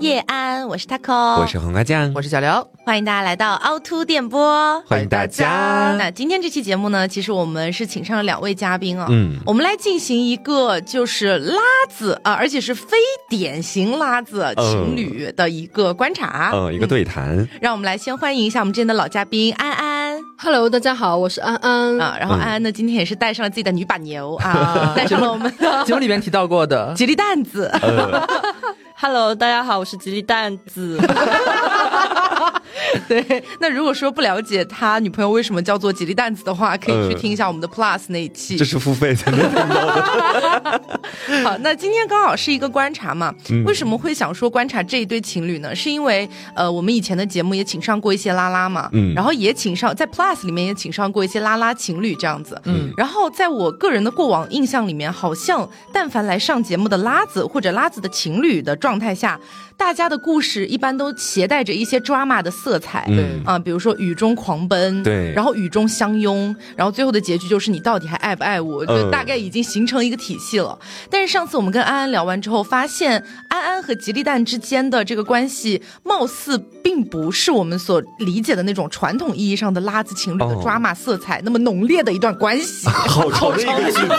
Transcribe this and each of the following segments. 叶安，我是 taco，我是黄瓜酱，我是小刘，欢迎大家来到凹凸电波。欢迎大家。那今天这期节目呢，其实我们是请上了两位嘉宾啊，嗯我们来进行一个就是拉子啊，而且是非典型拉子情侣的一个观察。嗯，一个对谈，让我们来先欢迎一下我们之前的老嘉宾安安 Hello，大家好，我是安安。啊，然后嗯安安呢今天也是带上了自己的女把牛啊 啊，带上了我们的节目里面提到过的，吉利蛋子。呃， Hello，大家好，我是吉利蛋子。对，那如果说不了解他女朋友为什么叫做吉利蛋子的话，可以去嗯听一下我们的 Plus 那一期 这。是付费才能听到的。 好，那今天刚好是一个观察嘛，为什么会想说观察这一对情侣呢？是因为呃，我们以前的节目也请上过一些拉拉嘛，嗯然后也请上在 Plus 里面也请上过一些拉拉情侣这样子，嗯，然后在我个人的过往印象里面，好像但凡来上节目的拉子或者拉子的情侣的状态下，大家的故事一般都携带着一些 drama 的色彩， 嗯啊，比如说雨中狂奔，对然后雨中相拥，然后最后的结局就是你到底还爱不爱我？就嗯大概已经形成一个体系了。但是上次我们跟安安聊完之后，发现安安和吉利蛋之间的这个关系，貌似并不是我们所理解的那种传统意义上的拉子情侣的哦 drama 色彩那么浓烈的一段关系。好长的一个句子。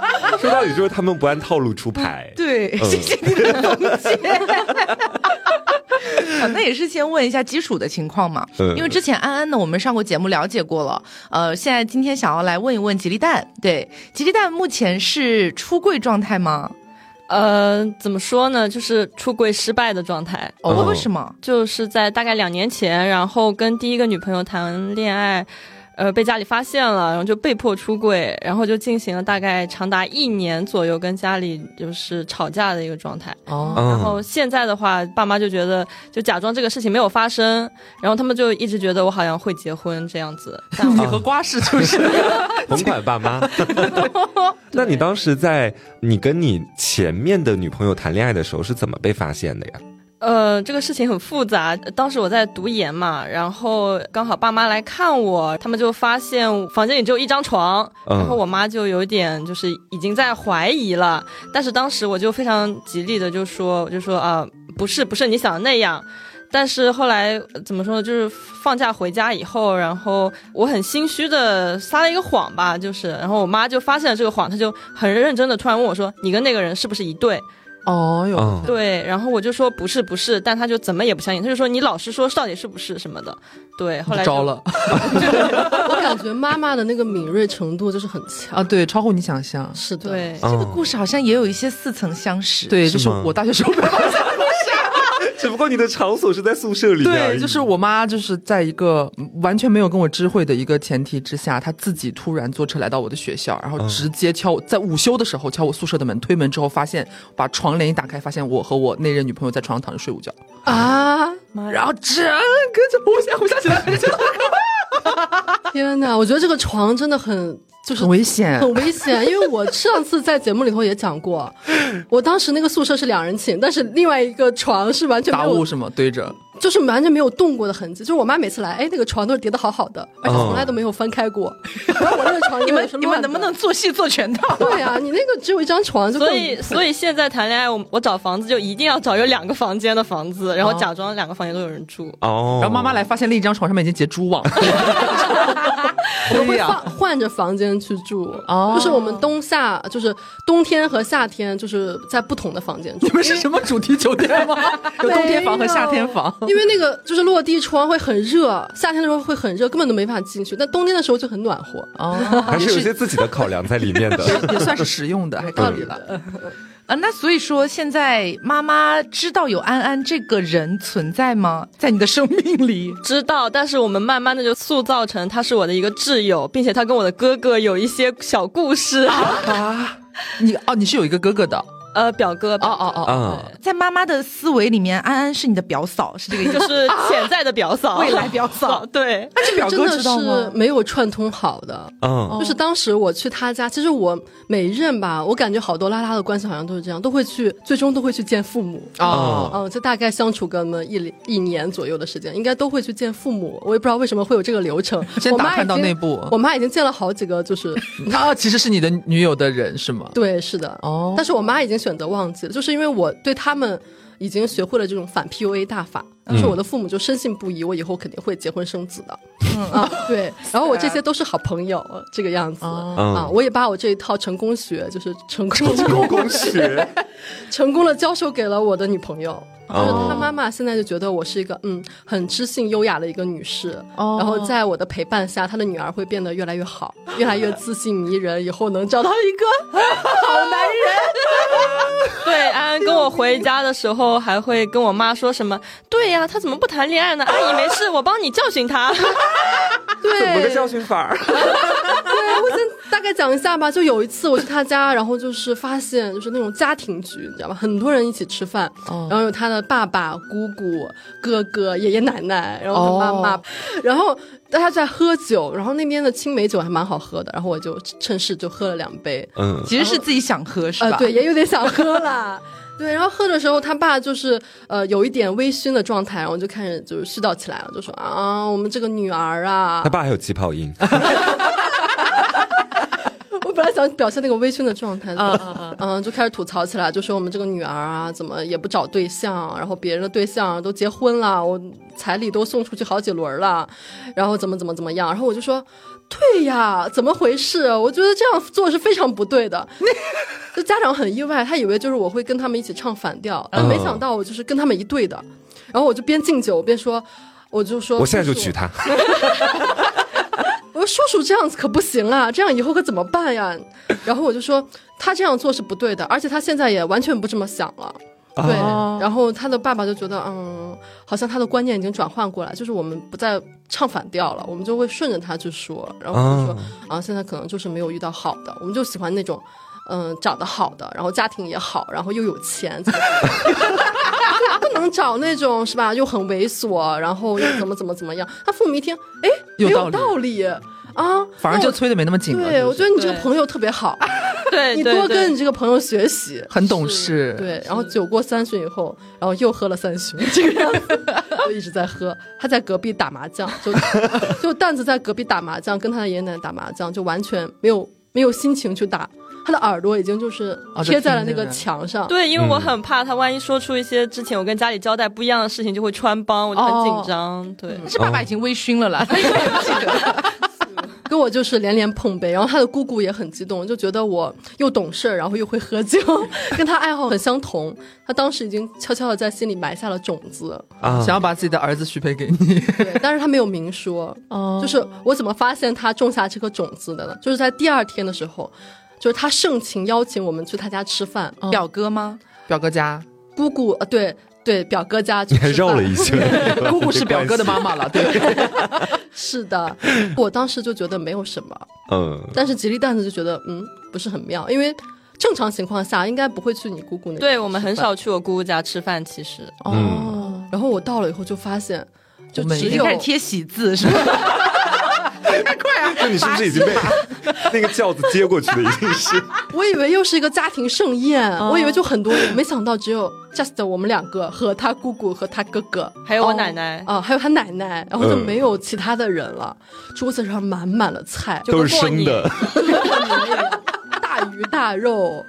说到底就是他们不按套路出牌。对，谢谢你的总结。 好那也是先问一下基础的情况嘛，嗯因为之前安安呢，我们上过节目了解过了，呃，现在今天想要来问一问吉利蛋，对，吉利蛋目前是出柜状态吗？呃，怎么说呢？就是出柜失败的状态，哦，哦为什么？就是在大概两年前，然后跟第一个女朋友谈恋爱，呃，被家里发现了，然后就被迫出柜，然后就进行了大概长达一年左右跟家里就是吵架的一个状态。哦，然后 嗯，现在的话，爸妈就觉得就假装这个事情没有发生，然后他们就一直觉得我好像会结婚这样子。但你和瓜是就是甭管爸妈。那你当时在你跟你前面的女朋友谈恋爱的时候是怎么被发现的呀？呃，这个事情很复杂。当时我在读研嘛，然后刚好爸妈来看我，他们就发现房间里只有一张床，嗯然后我妈就有点就是已经在怀疑了。但是当时我就非常极力的就说，我就说啊，不是不是你想的那样。但是后来呃怎么说呢？就是放假回家以后，然后我很心虚的撒了一个谎吧，就是，然后我妈就发现了这个谎，她就很认真的突然问我说：“你跟那个人是不是一对？”哦哟，嗯，对，然后我就说不是不是，但他就怎么也不相信，他就说你老实说到底是不是什么的。对，后来你就招了 我感觉妈妈的那个敏锐程度就是很强。啊，对，超乎你想象，是的，，对，这这个故事好像也有一些似曾相识。，对，是就是吗我大学时候 被发现，嗯 只不过你的场所是在宿舍里面而对，已。就是我妈就是在一个完全没有跟我知会的一个前提之下，她自己突然坐车来到我的学校，然后嗯直接敲我，在午休的时候敲我宿舍的门，推门之后发现把床帘一打开，发现我和我那任女朋友在床上躺着睡午觉，啊，然后整个就我想回想起来就 觉得天哪！我觉得这个床真的很就是 很危险，很危险，因为我上次在节目里头也讲 过，我当时那个宿舍是两人寝，但是另外一个床是完全没打雾有，是吗？堆着。就是完全没有动过的痕迹。就是我妈每次来，哎，那个床都是叠的好好的，哦而且从来都没有翻开过。然后我那个床你永远们是你乱们的能不能？做戏做全套？对啊，你那个只有一张床就更所以所以现在谈恋爱，我我找房子就一定要找有两个房间的房子，哦然后假装两个房间都有人住。哦，然后妈妈来发现另一张床上面已经结蛛 网，我对们会呀换换着房间去住，哦就是我们冬夏，就是冬天和夏天，就是在不同的房间 住你。们是什么主题酒店吗？有冬天房和夏天房。因为那个就是落地窗会很热，夏天的时候会很热，根本都没法进去。但冬天的时候就很暖和。哦，还是有一些自己的考量在里面的。也算是实用的，还可以了。啊，那所以说现在妈妈知道有安安这个人存在吗？在你的生命里？知道，但是我们慢慢的就塑造成他是我的一个挚友，并且他跟我的哥哥有一些小故事。啊，你哦，你是有一个哥哥的，哦呃，表哥，表哦哦，啊，在妈妈的思维里面，安安是你的表嫂，是这 个意思吗。就是潜在的表 嫂，未来表嫂对，这个真表哥的知道吗是没有串通好的。 哦嗯，就是当时我去他家，其实我每任吧，我感觉好多拉拉的关系好像都是这样，都会去，最终都会去见父母。哦，嗯，就大概相处个那么一一年左右的时间，应该都会去见父母。我也不知道为什么会有这个流程。先我妈打探已到经内部我妈已经见了好几个，就是 ？啊，其实是你的女友的人是吗对，是的。哦但是我妈已经选择忘记了，就是因为我对他们已经学会了这种反 PUA 大法，嗯是我的父母就深信不疑，我以后肯定会结婚生子的。啊， 对，然后我这些都是好朋友这个样子。啊，嗯，啊，我也把我这一套成功学，就是成功成公公学， 成功的教授给了我的女朋友。就是哦她妈妈现在就觉得我是一个嗯很知性优雅的一个女士，哦然后在我的陪伴下，她的女儿会变得越来越好，越来越自信迷人，以后能找到一个 好男人。对，安安跟我回家的时候还会跟我妈说什么？对呀、他怎么不谈恋爱呢？阿姨没事，我帮你教训 他。对， 怎么个教训法儿？对，我先大概讲一下吧。就有一次我去他家，然后就是发现就是那种家庭局，你知道吧？很多人一起吃饭，哦然后有他的爸爸、姑姑、哥哥、爷爷奶奶，然后他妈妈，哦然后大家在喝酒，然后那边的青梅酒还蛮好喝的，然后我就趁势就喝了两杯， 嗯，其实是自己想喝是吧？呃，对，，也有点想喝 啦。对，然后喝的时候，他爸就是呃有一点微醺的状态，然后就开始就是絮叨起来了，就说啊，我们这个女儿啊，他爸还有气泡音，我本来想表现那个微醺的状态，嗯，就开始吐槽起来，就说我们这个女儿啊，怎么也不找对象，然后别人的对象都结婚了，我彩礼都送出去好几轮了，然后怎么怎么怎么样，然后我就说，对呀，怎么回事？啊我觉得这样做是非常不对的。 就家长很意外，他以为就是我会跟他们一起唱反调，但嗯没想到我就是跟他们一对的，然后我就边敬酒边说。我就说，我现在就叔叔娶她。我说叔叔这样子可不行啊，这样以后可怎么办呀？然后我就说他这样做是不对的，而且他现在也完全不这么想了。对，哦然后他的爸爸就觉得，嗯，好像他的观念已经转换过来，就是我们不再唱反调了，我们就会顺着他去说，然后就说，啊，现在可能就是没有遇到好的，我们就喜欢那种，嗯，找的好的，然后家庭也好，然后又有钱，怎么怎么样不能找那种是 吧，又很猥琐，然后又怎么怎么怎么样。他父母一听，哎，有没道有理道理啊，反而那就我催的没那么紧了。对，是不我是觉得你这个对朋友特别好，对，你对多对跟你这个朋友学习。很懂事。，对，然后酒过三巡以后，然后又喝了三巡，这个样子就一直在喝。他在隔壁打麻将，就 就蛋子在隔壁打麻将，跟他的爷爷奶奶打麻将，就完全没有没有心情去打。他的耳朵已经就是哦就贴在了那听见个了墙上，对，因为我嗯很怕他万一说出一些之前我跟家里交代不一样的事情，就会穿帮，我就很紧张。对，但是爸爸已经微醺了啦，他应该不记得。跟我就是连连碰杯。然后他的姑姑也很激动，就觉得我又懂事儿，然后又会喝酒， 跟他爱好很相同。他当时已经悄悄的在心里埋下了种子。啊想要把自己的儿子许配给你， 对， 但是他没有明说。哦就是我怎么发现他种下这颗种子的呢？就是在第二天的时候，就是他盛情邀请我们去他家吃饭，哦表哥吗？表哥 家，姑姑呃，对对，表哥家去你还吃绕了饭。一圈，姑姑是表哥的妈妈了，对，是的，我当时就觉得没有什么，嗯，但是吉利蛋子就觉得嗯不是很妙，因为正常情况下应该不会去你姑姑那。对我们很。少去我姑姑家吃饭，其实嗯然后我到了以后就发现，就我们只已你经有开始贴喜字是吧？那你是不是已经被 那个轿子接过去的？已经是我以为又是一个家庭盛宴，嗯我以为就很多人，没想到只有 just 我们两个和他姑姑和他哥哥。还有我奶奶，啊、还有他奶奶，然后就嗯没有其他的人了，桌子上满满的菜，就就都跟是过生年的， 大鱼大肉，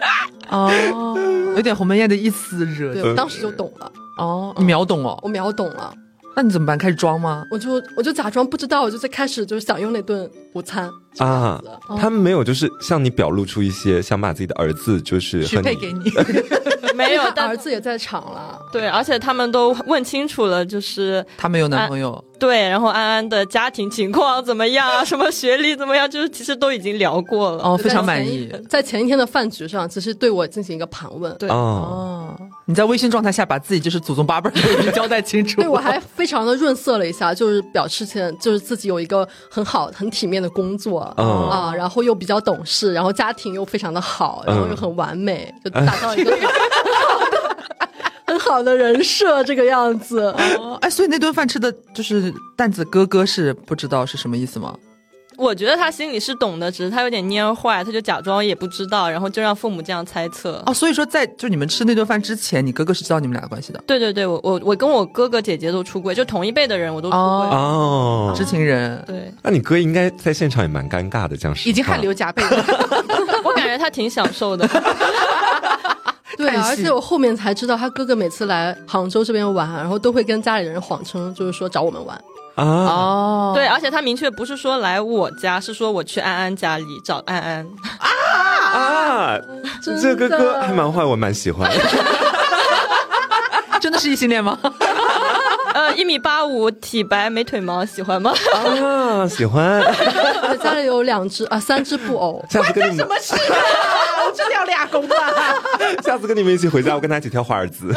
哦， 有点鸿门宴的意思惹对的我当时就懂了，哦，你秒懂哦，我秒懂了，那你怎么办？开始装吗？我就我就假装不知道，我就在开始就是享用那顿午餐 啊的，他们没有就是向你表露出一些想把自己的儿子就是许和配给你哦你，没有他，哎但 儿子也在场了，对，而且他们都问清楚了，就是 她没有男朋友，对，然后安安的家庭情况怎么样啊，什么学历怎么样，就是其实都已经聊过了。哦，非就在常满前意一。在前一天的饭局上，只是对我进行一个盘问，对哦，哦，你在微信状态下把自己就是祖宗八辈儿都已 经交代清楚了。对哎我还非常的润色了一下，就是表示前就是自己有一个很好、很体面的工作、嗯啊，然后又比较懂事，然后家庭又非常的好，然后又很完美，就打造一个 很好的人设，这个样子。哦哎，所以那顿饭吃的就是蛋子哥哥是不知道是什么意思吗？我觉得他心里是懂的，只是他有点蔫坏，他就假装也不知道，然后就让父母这样猜测。哦，所以说在就你们吃那顿饭之前，你哥哥是知道你们俩的关系的，对对对，我我我跟我哥哥姐姐都出轨，就同一辈的人我都出轨。哦哦知，情人。 对，那你哥应该在现场也蛮尴尬的，这样已经汗流浃背了。 我感觉他挺享受的。对啊，看而戏且我后面才知道，他哥哥每次来杭州这边玩，然后都会跟家里人谎称，就是说找我们玩。 啊，哦，对，而且他明确不是说来我家，是说我去安安家里找安 安。啊，这个歌还蛮坏，我蛮喜欢。啊真的是异性恋吗？呃，一米八五，体白，没腿毛，喜欢吗？啊，喜欢。。对家里有两只啊，三只布偶下次跟你们，是 啊，我这叫俩啊公吧。下次跟你们一起回家，我跟他一起跳华尔兹。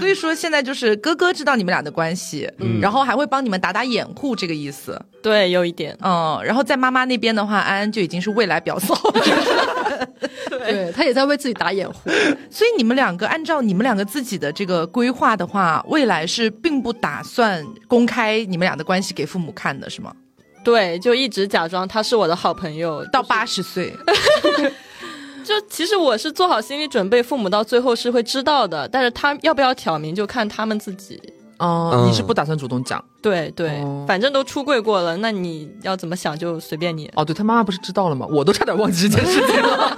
所以说现在就是哥哥知道你们俩的关系，然后还会帮你们打打掩护，这个意思。 对，有一点。嗯，然后在妈妈那边的话，安安就已经是未来表嫂 了。对他也在为自己打掩护，所以你们两个按照你们两个自己的这个规划的话，未来是并不打算公开你们俩的关系给父母看的，是吗？对，就一直假装他是我的好朋友。到八十岁，就其实我是做好心理准备，父母到最后是会知道的，但是他要不要挑明就看他们自己。哦，嗯你是不打算主动讲？对对，哦反正都出柜过了，那你要怎么想就随便你。 哦，对他妈妈不是知道了吗？我都差点忘记这件事情了。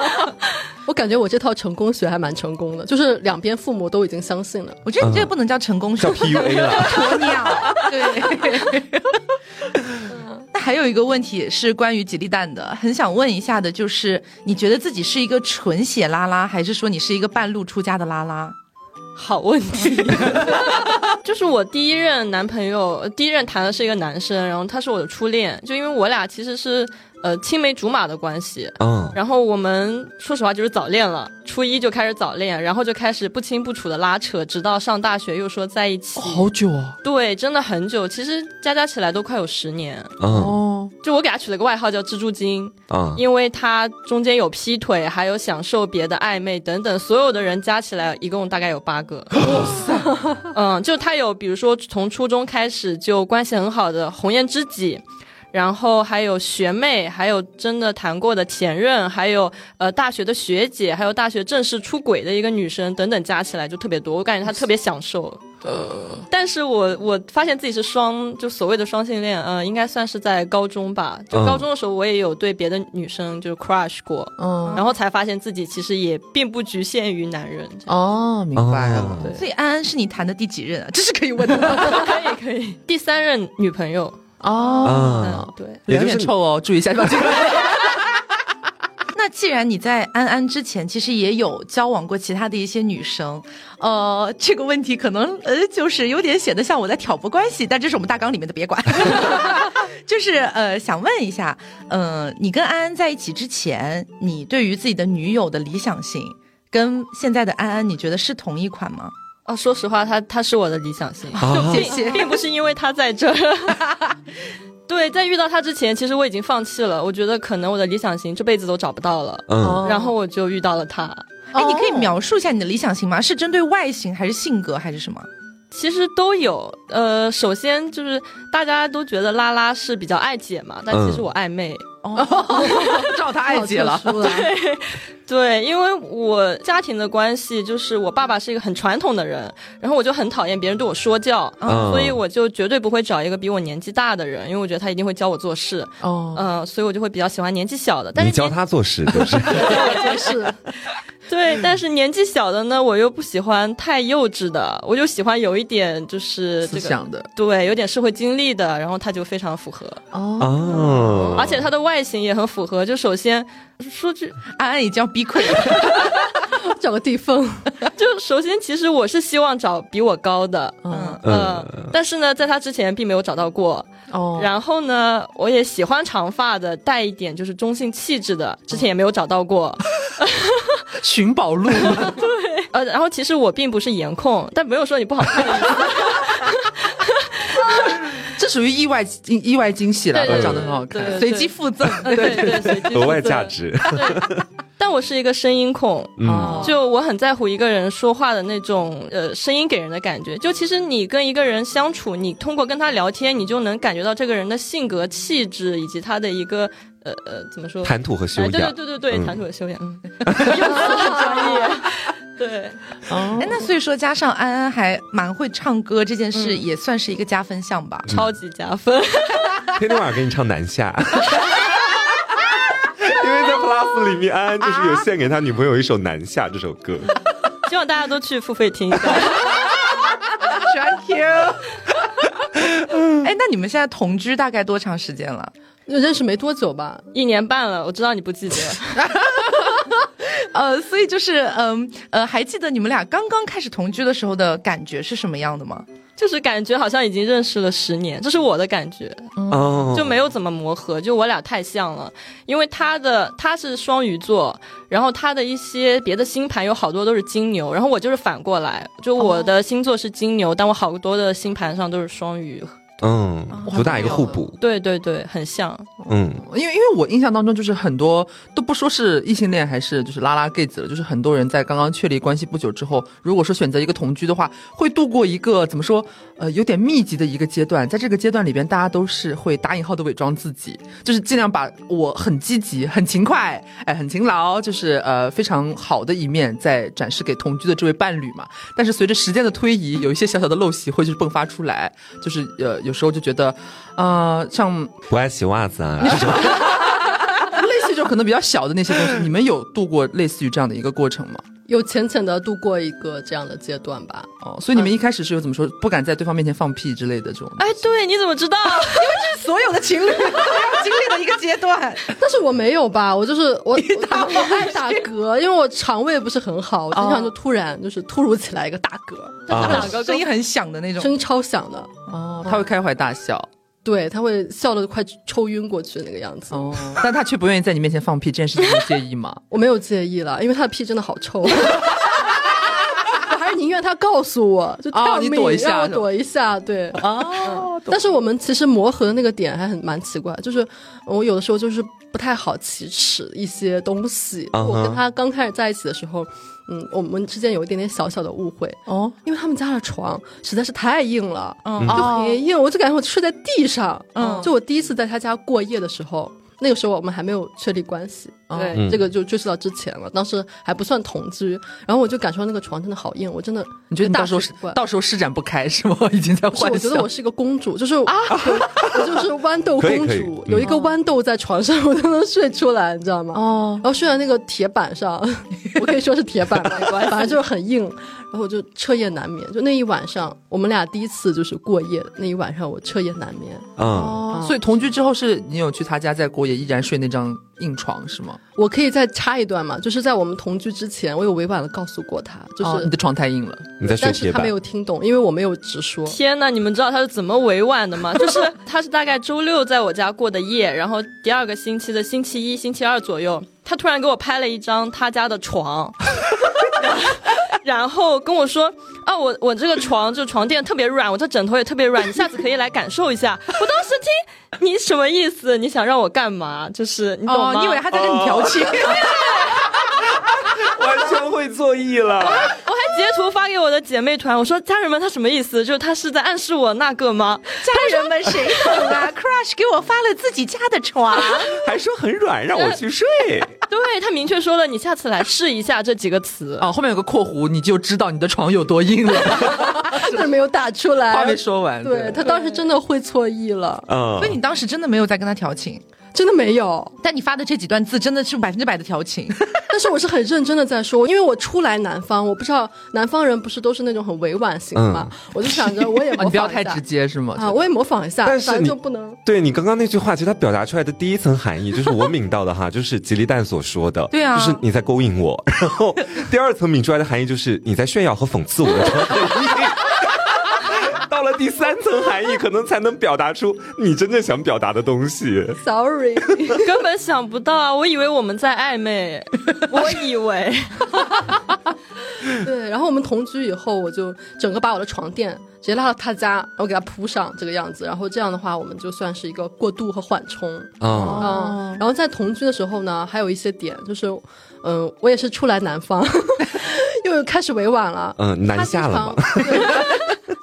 我感觉我这套成功学还蛮成功的，就是两边父母都已经相信了。我觉得你这个不能叫成功学，叫 PUA 了鸵鸟。 对。 那嗯还有一个问题是关于吉利蛋的，很想问一下的，就是你觉得自己是一个纯血拉拉，还是说你是一个半路出家的拉拉？好问题，就是我第一任男朋友，呃第一任谈的是一个男生，然后他是我的初恋，就因为我俩其实是呃青梅竹马的关系。嗯，然后我们说实话就是早恋了，初一就开始早恋，然后就开始不清不楚的拉扯，直到上大学又说在一起。好久哦，对，真的很久，其实加加起来都快有十年。嗯哦，就我给他取了个外号叫蜘蛛精，嗯，因为他中间有劈腿，还有享受别的暧昧等等，所有的人加起来一共大概有八个。嗯，就他有，比如说从初中开始就关系很好的红颜知己。然后还有学妹，还有真的谈过的前任，还有呃大学的学姐，还有大学正式出轨的一个女生等等，加起来就特别多。我感觉他特别享受。呃，但是我我发现自己是双，就所谓的双性恋，呃，应该算是在高中吧。就嗯高中的时候，我也有对别的女生就是 crush 过，嗯，然后才发现自己其实也并不局限于男人。哦，明白了，哦对，所以安安是你谈的第几任啊？这是可以问的吗。 可以可以。第三任女朋友，哦，嗯，对。也脸就有是点臭哦，注意一下。那既然你在安安之前其实也有交往过其他的一些女生，呃，这个问题可能呃就是有点显得像我在挑拨关系，但这是我们大纲里面的，别管。 就是呃，想问一下，呃，你跟安安在一起之前，你对于自己的女友的理想型跟现在的安安，你觉得是同一款吗？哦，说实话，他他是我的理想型，啊谢谢并并不是因为他在这儿。 对，在遇到他之前，其实我已经放弃了。我觉得可能我的理想型这辈子都找不到了，嗯，然后我就遇到了他。哎，你可以描述一下你的理想型吗？是针对外形，还是性格，还是什么？其实都有，呃，首先就是大家都觉得拉拉是比较爱姐嘛，但其实我爱妹。 照他爱 姐了，对，因为我家庭的关系，就是我爸爸是一个很传统的人，然后我就很讨厌别人对我说教，嗯所以我就绝对不会找一个比我年纪大的人，因为我觉得他一定会教我做事，哦，嗯、所以我就会比较喜欢年纪小的。但你是教年他做事就是，真是，对，但是年纪小的呢，我又不喜欢太幼稚的，我就喜欢有一点就是思这个。想的对，有点社会经历的，然后他就非常符合，哦，哦，而且他的外形也很符合。就首先说句 安安已经要逼溃了。找个地缝。 就首先，其实我是希望找比我高的，嗯嗯、嗯但是呢，在他之前并没有找到过。哦，然后呢，我也喜欢长发的，带一点就是中性气质哦的，之前也没有找到 过。寻宝路，呃，然后其实我并不是颜控，但没有说你不好看 的意思。这属于意外惊意外惊喜了，对对长得很好看对，随机附赠，对对对，额外价。 值，但我是一个声音控，嗯，就我很在乎一个人说话的那种呃声音给人的感觉。就其实你跟一个人相处，你通过跟他聊天，你就能感觉到这个人的性格、气质以及他的一个呃呃怎么说？谈吐和修哎对对养，对对对，嗯谈吐的修 养，嗯，又是很专业。对，哎，那所以说，加上安安还蛮会唱歌这件事，嗯也算是一个加分项吧。超级加 分。天天晚上给你唱南下，因为在 Plus 次里面，安啊安就是有献给他女朋友一首《南下》这首歌。希望大家都去付费听一下。 Thank you 。 哎，那你们现在同居大概多长时间了？认识没多久吧，一年半了，我知道你不记得，呃，所以就是，嗯，呃，还记得你们俩刚刚开始同居的时候的感觉是什么样的 吗？就是感觉好像已经认识了十年，这是我的感觉，哦，就没有怎么磨合，就我俩太像了。因为他的他是双鱼座，然后他的一些别的星盘有好多都是金牛，然后我就是反过来，就我的星座是金哦牛，但我好多的星盘上都是双鱼。嗯，主打一个互补，对对对，很像。嗯，因为因为我印象当中就是很多都不说是异性恋还是就是拉拉 gay 子了，就是很多人在刚刚确立关系不久之后，如果说选择一个同居的话，会度过一个怎么说呃有点密集的一个阶段，在这个阶段里边，大家都是会打引号的伪装自己，就是尽量把我很积极、很勤快、哎很勤劳，就是呃非常好的一面在展示给同居的这位伴侣嘛。但是随着时间的推移，有一些小小的陋习会就是迸发出来，就是呃有时候就觉得，呃像不爱洗袜子啊，这种 类似于就可能比较小的那些东西，你们有度过类似于这样的一个过程吗？有浅浅的度过一个这样的阶段吧。哦，所以你们一开始是有怎么说，不敢在对方面前放屁之类的这种。哎，对，你怎么知道？所有的情侣都要经历的一个阶段，但是我没有吧，我就是我我我爱打嗝，因为我肠胃不是很好，我经常就突然就是突如其来一个大嗝，啊，个 声音很响的那种声。音超响的，哦，他会开怀大笑。对他会笑得快抽晕过去那个样子。哦，但他却不愿意在你面前放屁，这件事情你介意吗？ 我没有介意了，因为他的屁真的好臭。 我还是宁愿他告诉我，就哦跳你命、躲一下让我是吧躲一下。对，嗯哦，但是我们其实磨合的那个点还很蛮奇怪，就是我有的时候就是不太好启齿一些东西。嗯哼我跟他刚开始在一起的时候，嗯，我们之间有一点点小小的误会，哦，因为他们家的床实在是太硬了，嗯就哦很硬，我就感觉我睡在地上。嗯就我第一次在他家过夜的时候，那个时候我们还没有确立关系，对，嗯这个就追溯到之前了，当时还不算同居，然后我就感受到那个床真的好硬，我真的你觉得你大到时候睡不惯到时候施展不开是吗？ 已经在不是，我幻觉想。得我是一个公主，就是啊， 我就是豌豆公可以可以主，嗯有一个豌豆在床上， 我都能睡出来，你知道吗？哦，然后睡在那个铁板上，我可以说是铁板 吧，反正就是很硬。然后我就彻夜难眠，就那一晚上，我们俩第一次就是过夜，那一晚上我彻夜难眠。嗯，哦，所以同居之后是你有去他家再过夜，依然睡那张硬床是吗？我可以再插一段嘛，就是在我们同居之前，我有委婉的告诉过他，就哦是、你的床太硬了。你在睡但是铁他板没，有听懂，因为我没有 直说。天呐，你们知道他是怎么委婉的吗？ 就是他是大概周六在我家过的夜，然后第二个星期的星期一、星期二左右，他突然给我拍了一张他家的床， 然后跟我说：“啊，我我这个床就床垫特别软，我这枕头也特别软，你下次可以来感受一下。” 我当时听你什么意思？你想让我干嘛？就是你懂吗？哦，你以为他在跟你调情？完全会做艺了。我还截图发给我的姐妹团，我说家人们，他什么意思？就是他是在暗示我那 个吗？ 家人们谁懂 啊？Crush 给我发了自己家的床，还说很软，让我去睡。对他明确说了，你下次来试一下这几个词。啊，后面有个括弧，你就知道你的床有多硬了。但是没有打出来。话没说完，对他当时真的会错意了，嗯 所以，你当时真的没有在跟他调情，真的没有。但你发的这几段字真的是百分之百的调情。 但是我是很认真的在说，因为我初来南方，我不知道南方人不是都是那种很委婉型的嘛，嗯我就想 着 我也啊，模仿一下。你不要太直接是吗？啊，我也模仿一下，但是反正你就不能。对你刚刚那句话，其实它表达出来的第一层含义，就是我抿到的 哈，就是吉利蛋所说的，对啊就是你在勾引我。然后第二层抿出来的含义就是你在炫耀和讽刺我的床很硬。到了第三层含义，可能才能表达出你真正想表达的东西。Sorry， 根本想不到啊！我以为我们在暧 昧，我以 为对。然后我们同居以后，我就整个把我的床垫直接拉到他家，然后给他铺上这个样子。然后这样的话，我们就算是一个过渡和缓冲。嗯嗯，然后在同居的时候呢，还有一些点就是，嗯、我也是初来南方， 又开始委婉了。嗯，他南经下了常吗？，对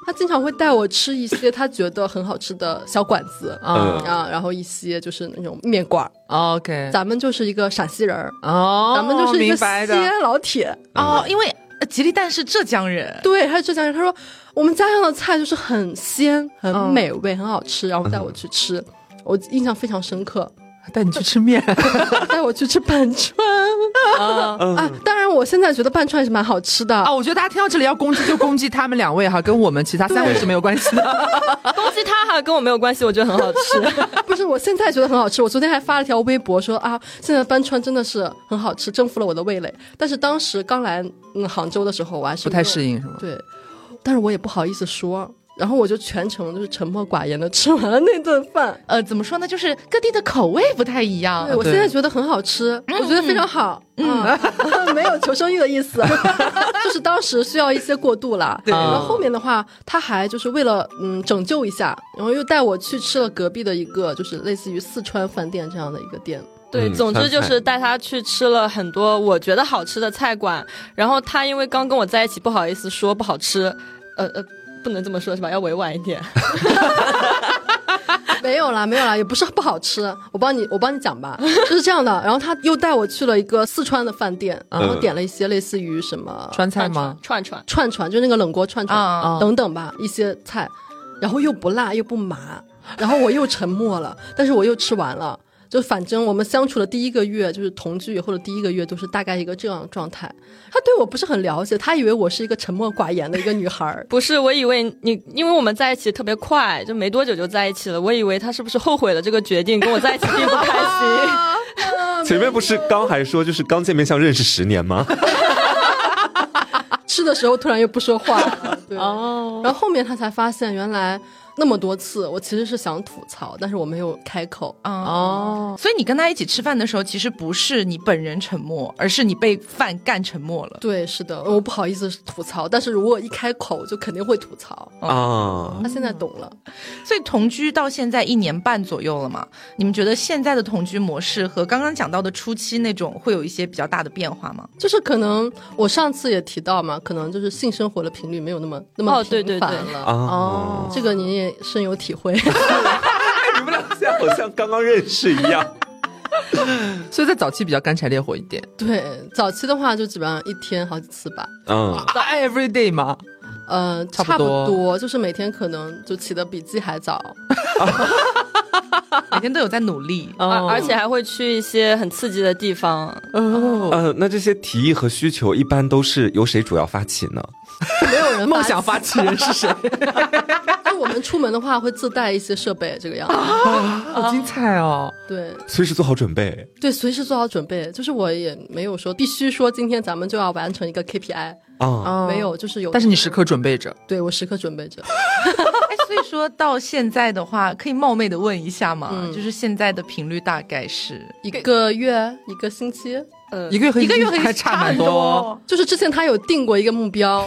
他经常会带我吃一些他觉得很好吃的小馆子啊嗯啊，然后一些就是那种面馆儿。 OK，咱们就是一个陕西人儿，哦，啊咱们就是一个明西白的。安老铁。嗯哦，因为呃吉利蛋是浙江人，对，他是浙江人，他说我们家乡的菜就是很鲜、很嗯嗯美味、很好吃，然后带我去吃，我印象非常深刻。 带你去吃面，带我去吃 拌川啊，嗯啊！当然，我现在觉得拌川是蛮好吃的啊，。我觉得大家听到这里要攻击就攻击他们两位哈，跟我们其他三位是没有关系的。恭喜他哈，跟我没有关系，我觉得很好吃。不是，我现在觉得很好吃。我昨天还发了条微博说啊，现在拌川真的是很好吃，征服了我的味蕾。但是当时刚来嗯杭州的时候，我还是不太没有适应是吗？对，但是我也不好意思说，然后我就全程就是沉默寡言的吃完了那顿饭。呃，怎么说呢？就是各地的口味不太一样对，。我啊对现在觉得很好吃，我觉得非常好， 嗯，没有求生欲的意思， 就是当时需要一些过渡啦。对然后后面的话，他还就是为了嗯拯救一下，然后又带我去吃了隔壁的一个就是类似于四川饭店这样的一个店， 对，嗯总之就川是带他去吃了很多我觉得好吃的菜馆，然后他因为刚跟我在一起，不好意思说不好吃，呃呃，不能这么说是吧？要委婉一 点。 没有啦，没有啦，也不是不好吃，我帮你，我帮你讲吧，就是这样的。然后他又带我去了一个四川的饭店，然后点了一些类似于什么川菜吗？串串？。串串，就那个冷锅串串、啊等等吧，一些菜，然后又不辣又不麻，然后我又沉默了，但是我又吃完了。就反正我们相处的第一个月，就是同居以后的第一个月，都是大概一个这样的状态。他对我不是很了解，他以为我是一个沉默寡言的一个女孩儿不是，我以为你，因为我们在一起特别快，就没多久就在一起了。我以为他是不是后悔了这个决定，跟我在一起并不开心。 前面不是刚还说就是刚见面像认识十年吗？吃的时候突然又不说 话了，对。哦然后后面他才发现，原来那么多次，我其实是想吐槽，但是我没有开口。啊哦，所以你跟他一起吃饭的时候，其实不是你本人沉默，而是你被饭干沉默了。对，是的，我不好意思吐槽，但是如果一开口，就肯定会吐槽。哦啊，他现在懂了，所以同居到现在一年半左右了嘛，你们觉得现在的同居模式和刚刚讲到的初期那种会有一些比较大的变化吗？ 就是可能我上次也提到嘛，可能就是性生活的频率没有那么那么哦对频繁对对了。哦，这个您也深有 体会。哎你们俩现在好像刚刚认识一样。所以在早期比较干柴烈火一点对，早期的话就基本上一天好几次吧，嗯， ，every day 嘛。呃，差不差不多多就是每天可能就起的比自己还早。每天都有在努力。而哦而且还会去一些很刺激的地方。哦，呃，那这些提议和需求一般都是由谁主要发起呢？没有人梦想发起人是谁？就我们出门的话会自带一些设备，这个 样子。好精彩哦！对随时做好准备。对，随时做好准备。就是我也没有说必须说今天咱们就要完成一个 KPI，、啊，哦没有，就是 有。嗯但是你时刻准备着。对我时刻准备着。哎，所以说到现在的话，可以冒昧的问一下吗？嗯就是现在的频率大概是一个月一个星期，呃，一个月和一个月可以还差蛮多哦。就是之前他有定过一个目 标，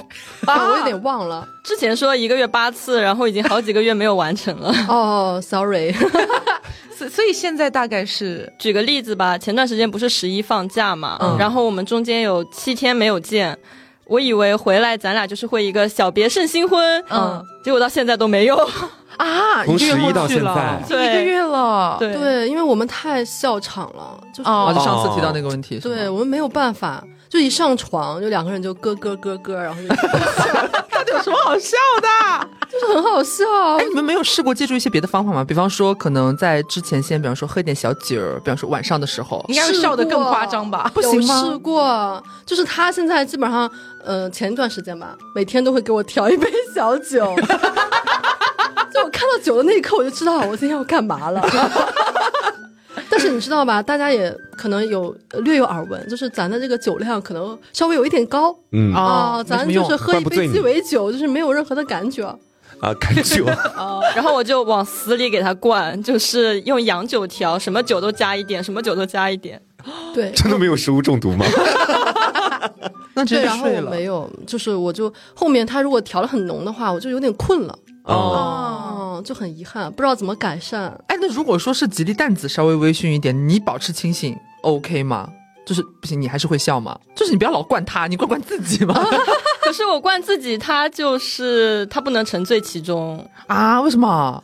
啊我有点忘了。之前说一个月八次，然后已经好几个月没有完成了。 哦、s o r r y 所所以现在大概是举个例子吧，前段时间不是十一放假嘛，嗯然后我们中间有七天没有见，我以为回来咱俩就是会一个小别胜新婚，嗯嗯，结果到现在都没有。啊，从个月十一到过去现了在一个月了。对对，因为我们太笑场了，就是、哦，哦就上次提到那个问题，是吗对我们没有办法，就一上床就两个人就咯咯咯咯， 然后就 有什么好笑的？就是很好笑啊。哎，你们没有试过借助一些别的方法吗？比方说，可能在之前先，比方说喝一点小酒儿，比方说晚上的时候应，该会笑得更夸张吧？不行吗有试过，就是他现在基本上，呃，前一段时间吧，每天都会给我调一杯小酒。 就我看到酒的那一刻，我就知道我今天要干 嘛了。但是你知道吧，大家也可能有呃略有耳闻，就是咱的这个酒量可能稍微有一点高嗯啊啊、哦，没什咱么就用是喝怪一不醉杯你鸡尾酒，就是没有任何的感觉。啊感觉 然后我就往死里给他灌，就是用洋酒调，什么酒都加一点，什么酒都加一点。对， 真的没有食物中毒吗？那直对，接然就后睡我了。没有，就是我就后面他如果调的很浓的话，我就有点困了，哦，哦嗯，就很遗憾，不知道怎么改善。哎，那如果说是吉利蛋子稍微微醺一点，你保持清醒，OK 吗？就是不行，你还是会笑吗？就是你不要老灌他，你灌灌自己 嘛。可是我灌自己，他就是他不能沉醉其中。啊？为什么？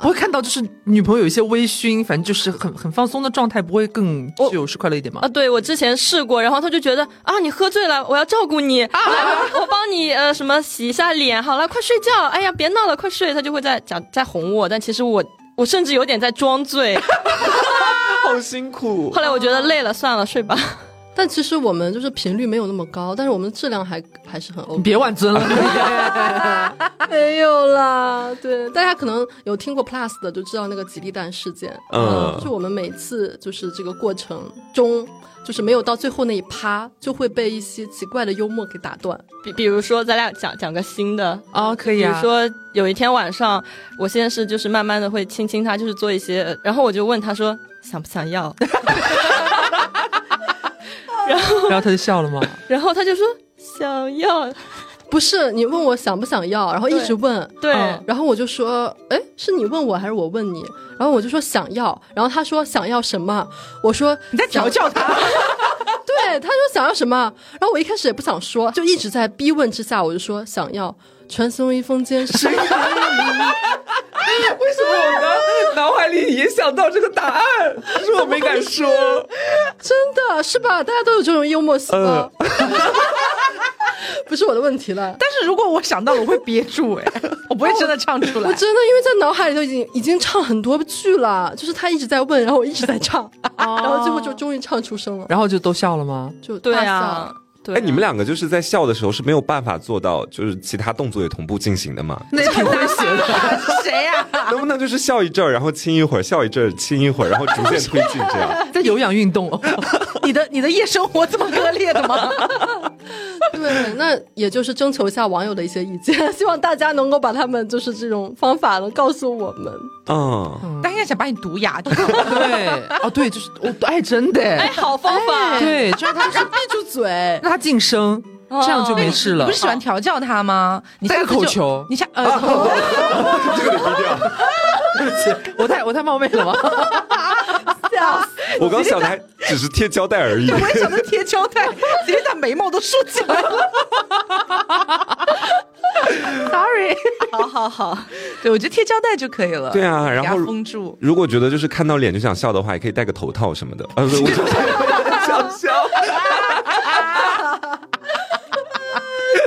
我会看到就是女朋友有一些微醺，反正就是很很放松的状态，不会更具有是快乐一点吗啊，？对我之前试过，然后他就觉得啊，你喝醉了，我要照顾你，啊、来，我我帮你呃什么洗一下脸，好了，快睡觉，哎呀，别闹了，快睡，他就会在讲在哄我，但其实我我甚至有点在装醉， 好辛 苦后。来我觉得累了，算了，睡吧。但其实我们就是频率没有那么高，但是我们质量还还是很 OK 你。呃别挽尊了，没有啦，对，大家可能有听过 Plus 的，就知道那个吉利蛋事件。嗯就是我们每次就是这个过程中，就是没有到最后那一趴，就会被一些奇怪的幽默给打断。比比如说，咱俩讲讲个新的， 啊，可比以如啊。说有一天晚上，我先是就是慢慢的会亲亲他，就是做一些，呃然后我就问他说想不想要， 然后他就笑了 嘛，然后他就说想要，不是你问我想不想要，然后一直问，对嗯然后我就说，哎，是你问我还是我问你？然后我就说想要，然后他说想要什么？我说你在调教他。对，他说想要什么，然后我一开始也不想说，就一直在逼问之下，我就说想要传送一封 监视。为什么我的脑海里也想到这个答案？可是我没敢 说。真的是吧？大家都有这种幽默细呃胞， 不是我的问题了。但是如果我想到了，我会憋住哎、我不会真的唱出来我。真的因为在脑海里头已经已经唱很多句了，就是他一直在问，然后我一直在唱， 然后最后就终于唱出声了，然后就都笑了吗？就对大啊笑。，对啊哎，你们两个就是在笑的时候是没有办法做到，就是其他动作也同步进行的 嘛？那挺会写 的，谁呀、能不能就是笑一阵儿，然后亲一会儿，笑一阵儿，亲一会儿，然后逐渐推进这 样？ 在有氧运动、你的你的夜生活这么恶劣的吗？对，那也就是征求一下网友的一些意见， 希望大家能够把他们就是这种方法能告诉我们。嗯，大家想把你毒哑，对，哦对，就是我哎，真的哎，哎，好方 法，对，就让他让闭住 嘴，让他晋升，哦这样就没事你 了不是。喜欢调教他吗？你下戴次个就口球啊你下呃口这个得低调。 我太我太冒昧了吗？我刚想的还只是贴胶带而已。我也想到贴胶带，吉丽蛋眉毛都竖起来了。Sorry，好好好，对我觉得贴胶带就可以了。对啊，呃给然它后封住。如果觉得就是看到脸就想笑的话，也可以戴个头套什么的。呃，不是我就是 想笑，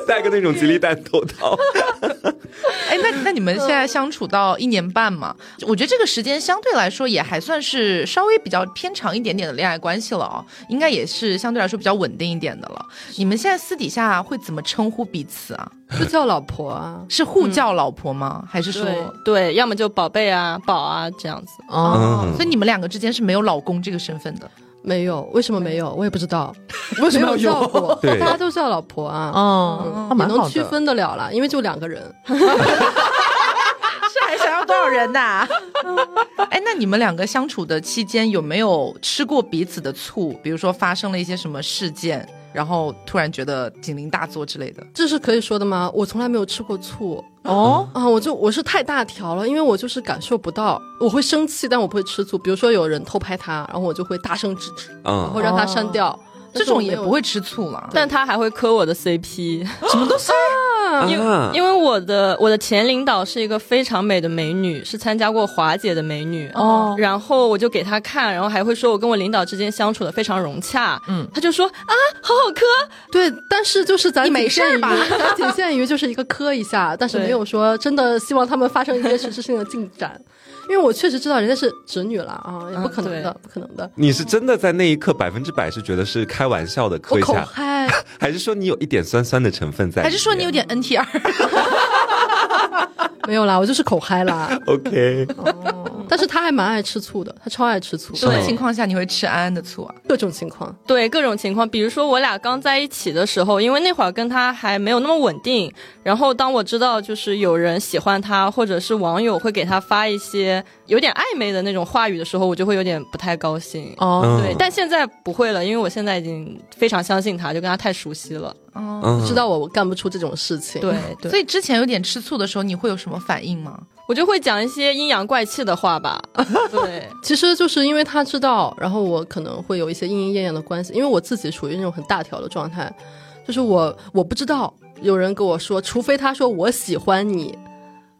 戴个那种吉利蛋头套。哎，那那你们现在相处到一年半嘛？我觉得这个时间相对来说也还算是稍微比较偏长一点点的恋爱关系了哦，应该也是相对来说比较稳定一点的了。你们现在私底下会怎么称呼彼此啊？就叫老婆啊。是互叫老婆吗？还是说？对对，要么就宝贝啊、宝啊这样子，啊，哦嗯，所以你们两个之间是没有老公这个身份的。没有，为什么没有？我也不知道， 为什没么要有叫有？ 过，对大家都叫老婆啊。哦，那也蛮好能的区分得了啦，因为就两个人。这还想要多少人呐、 哎，那你们两个相处的期间有没有吃过彼此的醋？比如说发生了一些什么事件，然后突然觉得警铃大作之类的？这是可以说的吗？我从来没有吃过醋哦，啊，我就我是太大条了，因为我就是感受不到，我会生气，但我不会吃醋。比如说有人偷拍他，然后我就会大声制止，然后嗯，让他哦删掉。但这是我种没有也不会吃醋了。但他还会磕我的 CP，因啊为 因为我的我的前领导是一个非常美的美女，是参加过华姐的美女哦然后我就给她看，然后还会说我跟我领导之间相处的非常融洽，嗯，她就说啊，好好磕，对，但是就是咱你没事儿吧仅限于咱 仅限于就是一个磕一下，但是对没有说真的希望他们发生一些实质性的进展，因为我确实知道人家是侄女了啊，也不可能的，嗯不可能的。你是真的在那一刻百分之百是觉得是开玩笑的我磕一口下，嗨， 还是说你有一点酸酸的成分在里面？还是说你有点 NTR？没有啦，我就是口嗨啦。 OK？但是他还蛮爱吃醋的，他超爱吃醋，什么情况下你会吃安安的醋啊？各种情况。对各种情况，比如说我俩刚在一起的时候，因为那会儿跟他还没有那么稳定，然后当我知道就是有人喜欢他，或者是网友会给他发一些有点暧昧的那种话语的时候，我就会有点不太高兴。哦，嗯对，但现在不会了，因为我现在已经非常相信他，就跟他太熟悉了。哦，嗯知道我干不出这种事情。对，对，所以之前有点吃醋的时候，你会有什么反应吗？我就会讲一些阴阳怪气的 话吧。对，其实就是因为他知道，然后我可能会有一些莺莺燕燕的关系，因为我自己属于那种很大条的状态，就是我我不知道有人跟我说，除非他说我喜欢你，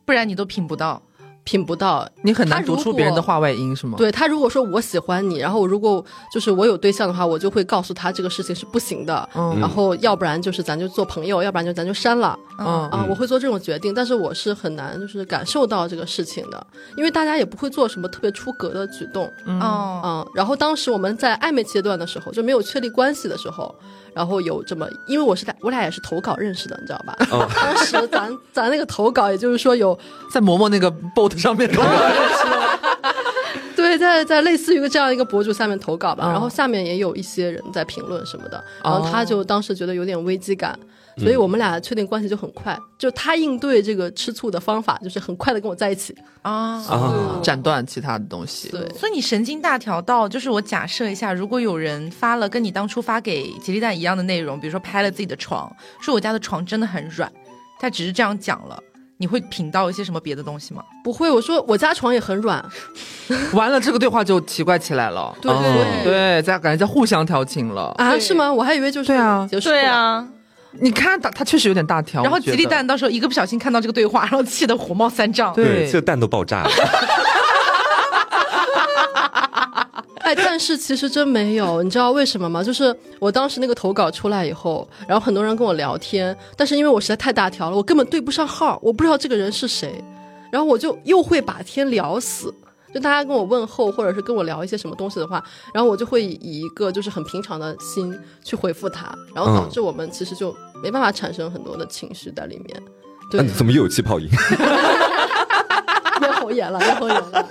不然你都品不到。品不到。你很难他读如果出别人的话外音是吗？，对他如果说我喜欢你，然后我如果就是我有对象的话，我就会告诉他这个事情是不行的，嗯然后要不然就是咱就做朋友，要不然就咱就删了。嗯啊，我会做这种决定，但是我是很难就是感受到这个事情的，因为大家也不会做什么特别出格的举动哦，啊、然后当时我们在暧昧阶段的时候，就没有确立关系的时候，然后有这么，因为我是在我俩也是投稿认识的，你知道吧？当时咱咱那个投稿，也就是说有在嬷嬷那个 boat 上面投 稿，对，在在类似于这样一个博主下面投稿吧，嗯然后下面也有一些人在评论什么的，然后哦他就当时觉得有点危机感，所以我们俩确定关系就很快，就他应对这个吃醋的方法就是很快的跟我在一起，啊。啊，斩断其他的东西。对，所以你神经大条到，就是我假设一下，如果有人发了跟你当初发给吉利蛋一样的内容，比如说拍了自己的床，说我家的床真的很软，他只是这样讲了，你会品到一些什么别的东西吗？不会，我说我家床也很软， 完了，这个对话就奇怪起来了。嗯对对哦对。对，在感觉在互相调情了。啊，对是吗？我还以为就是对啊结束了对，啊，你看他，他确实有点大条。然后我吉觉得利蛋到时候一个不小心看到这个对话，然后气得火冒三丈。对这蛋都爆炸了。哎，但是其实真没有，你知道为什么吗？就是我当时那个投稿出来以后，然后很多人跟我聊天，但是因为我实在太大条了，我根本对不上号，我不知道这个人是谁，然后我就又会把天聊死。就大家跟我问候，或者是跟我聊一些什么东西的话，然后我就会以一个就是很平常的心去回复他，然后导致我们其实就没办法产生很多的情绪在里面。对，那 你怎么又有气泡音？ 咽喉炎了，咽喉炎了。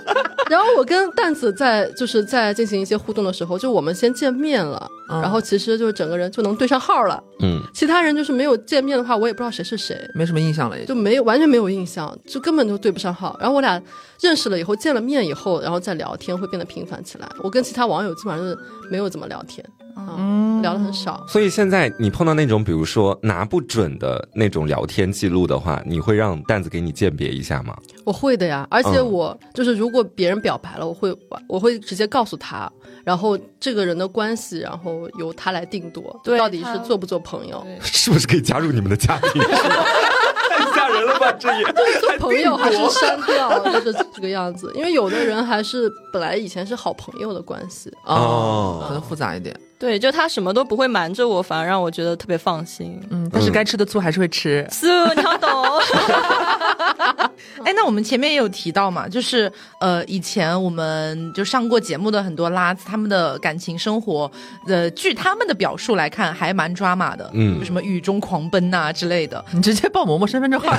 然后我跟蛋子在就是在进行一些互动的时候，就我们先见面了，嗯然后其实就是整个人就能对上号了。嗯，其他人就是没有见面的话，我也不知道谁是谁，没什么印象了，也就就没有完全没有印象，就根本就对不上号。然后我俩认识了以后，见了面以后，然后再聊天会变得频繁起来。我跟其他网友基本上是没有怎么聊天，啊、聊的很少。所以现在你碰到那种，比如说拿不准的那种聊天记录的话，你会让蛋子给你鉴别一下吗？我会的呀，而且嗯我、就是如果别人表白了，我会我会直接告诉他，然后这个人的关系，然后由他来定夺，对到底是他做不做朋友， 是不是可以加入你们的家庭？太吓人了吧，这 也做朋友还是删掉，就是这个样子。因为有的人还是本来以前是好朋友的关系，哦嗯可能复杂一点。对，就他什么都不会瞒着我，反而让我觉得特别放心。嗯，但是该吃的醋还是会吃。苏，你好 懂。哎，那我们前面也有提到嘛，就是呃，以前我们就上过节目的很多拉子，他们的感情生活，呃，据他们的表述来看，还蛮抓马的，嗯就什么雨中狂奔呐、之类的。你直接报嬷嬷身 份证号。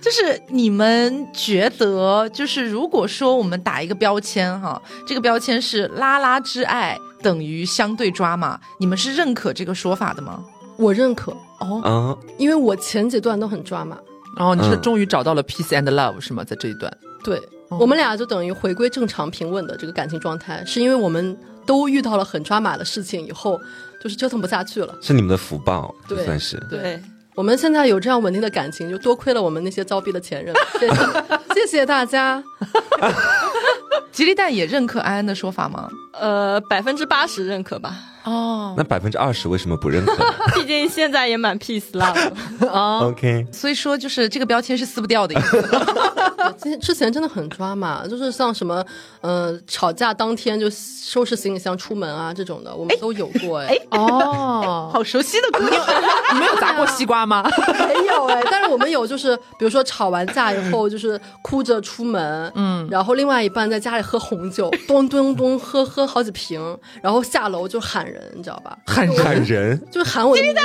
就是你们觉得，就是如果说我们打一个标签哈，这个标签是拉拉之爱等于相对抓马，你们是认可这个说法的吗？我认可，哦，啊，因为我前几段都很抓马。然后你是嗯终于找到了 peace and love 是吗？在这一段，对、哦我们俩就等于回归正常平稳的这个感情状态，是因为我们都遇到了很抓马的事情以后，就是折腾不下去了。是你们的福报，就对算是。对，我们现在有这样稳定的感情，就多亏了我们那些糟逼的前任。谢 谢谢谢大家。吉利蛋也认可安安的说法吗？呃，百分之八十认可吧，哦，那百分之二十为什么不认可毕竟现在也蛮 peace love。 ？OK，所以说就是这个标签是撕不掉的意思。之之前真的很抓马，就是像什么，呃，吵架当天就收拾行李箱出门啊这种的，我们都有过哎。哦，好熟悉的姑娘。你没有嗯砸过西瓜吗？没有哎，但是我们有，就是比如说吵完架以后，就是哭着出门，嗯，然后另外一半在家里喝红酒，咚咚咚喝喝好几瓶，然后下楼就喊人，你知道吧？很喊人就是喊我的名字，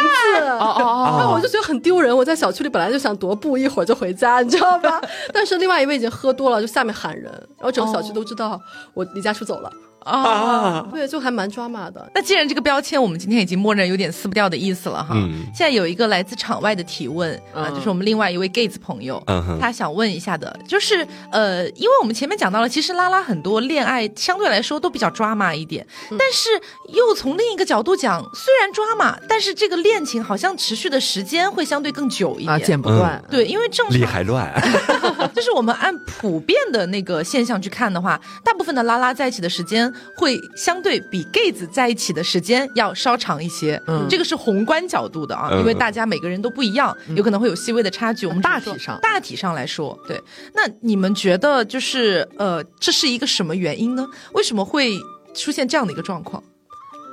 哦哦哦，然后我就觉得很丢人。我在小区里本来就想踱步，一会儿就回家，你知道 吧？但是另外一位已经喝多了，就下面喊人，然后整个小区都知道我离家出走了。哦啊，对，就还蛮抓马的。那既然这个标签我们今天已经默认有点撕不掉的意思了哈，嗯现在有一个来自场外的提问啊、嗯就是我们另外一位 Gates 朋友，嗯哼他想问一下的，就是呃，因为我们前面讲到了，其实拉拉很多恋爱相对来说都比较抓马一点，嗯但是又从另一个角度讲，虽然抓马，但是这个恋情好像持续的时间会相对更久一点。啊，剪不断。对，因为正常理还乱， 就是我们按普遍的那个现象去看的话，大部分的拉拉在一起的时间会相对比 gay 子在一起的时间要稍长一些，嗯这个是宏观角度的啊，嗯因为大家每个人都不一样，有可能会有细微的差距。我们只是大体说上大体上来说，对。那你们觉得就是呃，这是一个什么原因呢？为什么会出现这样的一个状况？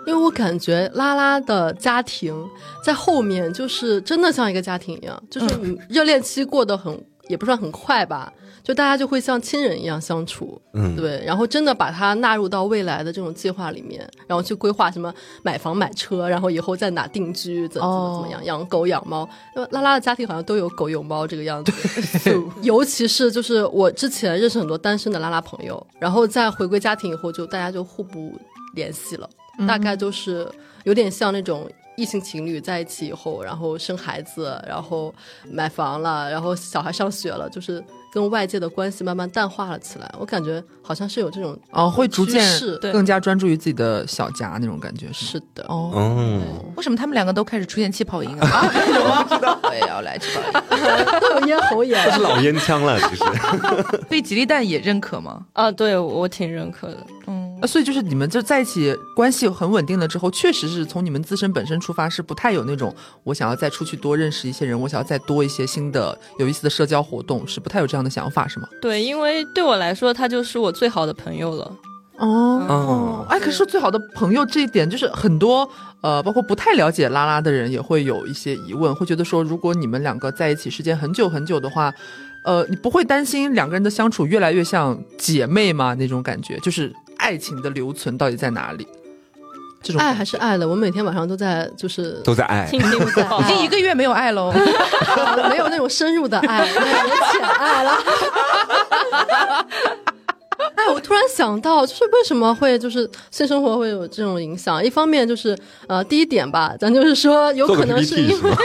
因为我感觉拉拉的家庭在后面就是真的像一个家庭一样，就是嗯你热恋期过得很、也不算很快吧，就大家就会像亲人一样相处，嗯，对，然后真的把它纳入到未来的这种计划里面，然后去规划什么买房买车，然后以后在哪定居，怎么怎么怎么样，养狗养猫。因为拉拉的家庭好像都有狗有猫这个样子，尤其是就是我之前认识很多单身的拉拉朋友，然后在回归家庭以后就，大家就互不联系了，大概就是有点像那种。异性情侣在一起以后，然后生孩子，然后买房了，然后小孩上学了，就是跟外界的关系慢慢淡化了起来。我感觉好像是有这种哦，会逐渐趋势对更加专注于自己的小家那种感觉，是吗？是的，哦，嗯，为什么他们两个都开始出现气泡音啊？啊有吗？知道， 我也要来气泡 音。都有 咽喉炎这。是 老烟枪了，其实。对吉利蛋也认可吗？啊，对我我挺认可的。嗯呃，所以就是你们就在一起关系很稳定了之后，确实是从你们自身本身出发，是不太有那种我想要再出去多认识一些人，我想要再多一些新的有意思的社交活动，是不太有这样的想法，是吗？对，因为对我来说，他就是我最好的朋友了。哦哦哎，可是说最好的朋友这一点，就是很多呃，包括不太了解拉拉的人也会有一些疑问，会觉得说，如果你们两个在一起时间很久很久的话，呃，你不会担心两个人的相处越来越像姐妹吗？那种感觉，就是爱情的留存到底在哪里？这种爱感还觉是爱的，我每天晚上都在就是 都在爱听，听不到，哎 已经一个月没有爱哦喽，没有那种深入的爱，有浅爱了。哎，我突然想到，就是为什么会就是性生活会有这种影响？一方面就是呃，第一点吧，咱就是说，有做可个能是 PPT 因是为吗？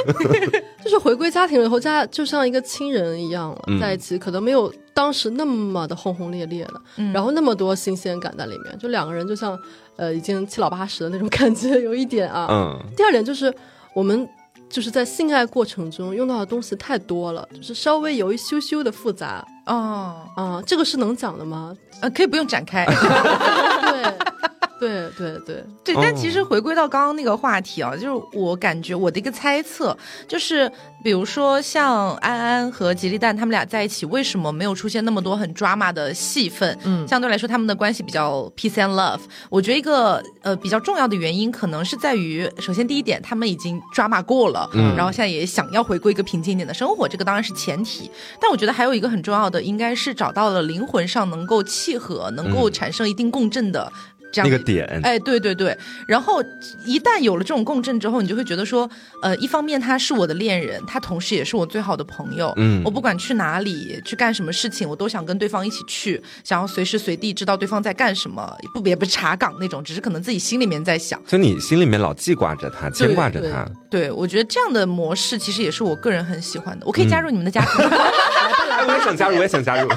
就是回归家庭了以后，大家就像一个亲人一样了，嗯在一起可能没有当时那么的轰轰烈烈了，然后那么多新鲜感在里面，就两个人就像呃已经七老八十的那种感觉，有一点啊。嗯第二点就是我们就是在性爱过程中用到的东西太多了，就是稍微有一羞羞的复杂哦，啊，这个是能讲的吗？呃，可以不用展开。对，对对对，对，哦但其实回归到刚刚那个话题啊，就是我感觉我的一个猜测，就是比如说像安安和吉利蛋他们俩在一起，为什么没有出现那么多很 drama 的戏份？嗯，相对来说他们的关系比较 peace and love。我觉得一个呃比较重要的原因，可能是在于，首先第一点，他们已经 drama 过了，嗯然后现在也想要回归一个平静一点的生活，这个当然是前提。但我觉得还有一个很重要的，应该是找到了灵魂上能够契合、能够嗯产生一定共振的。这样那的个一点，哎，对对对，然后一旦有了这种共振之后，你就会觉得说，呃，一方面他是我的恋人，他同时也是我最好的朋友。嗯我不管去哪里去干什么事情，我都想跟对方一起去，想要随时随地知道对方在干什么，不也不是查岗那种，只是可能自己心里面在想。就你心里面老记挂着他，牵挂着对他，对我觉得这样的模式其实也是我个人很喜欢的，我可以加入你们的家庭。哎，我也想加入，我也想加入。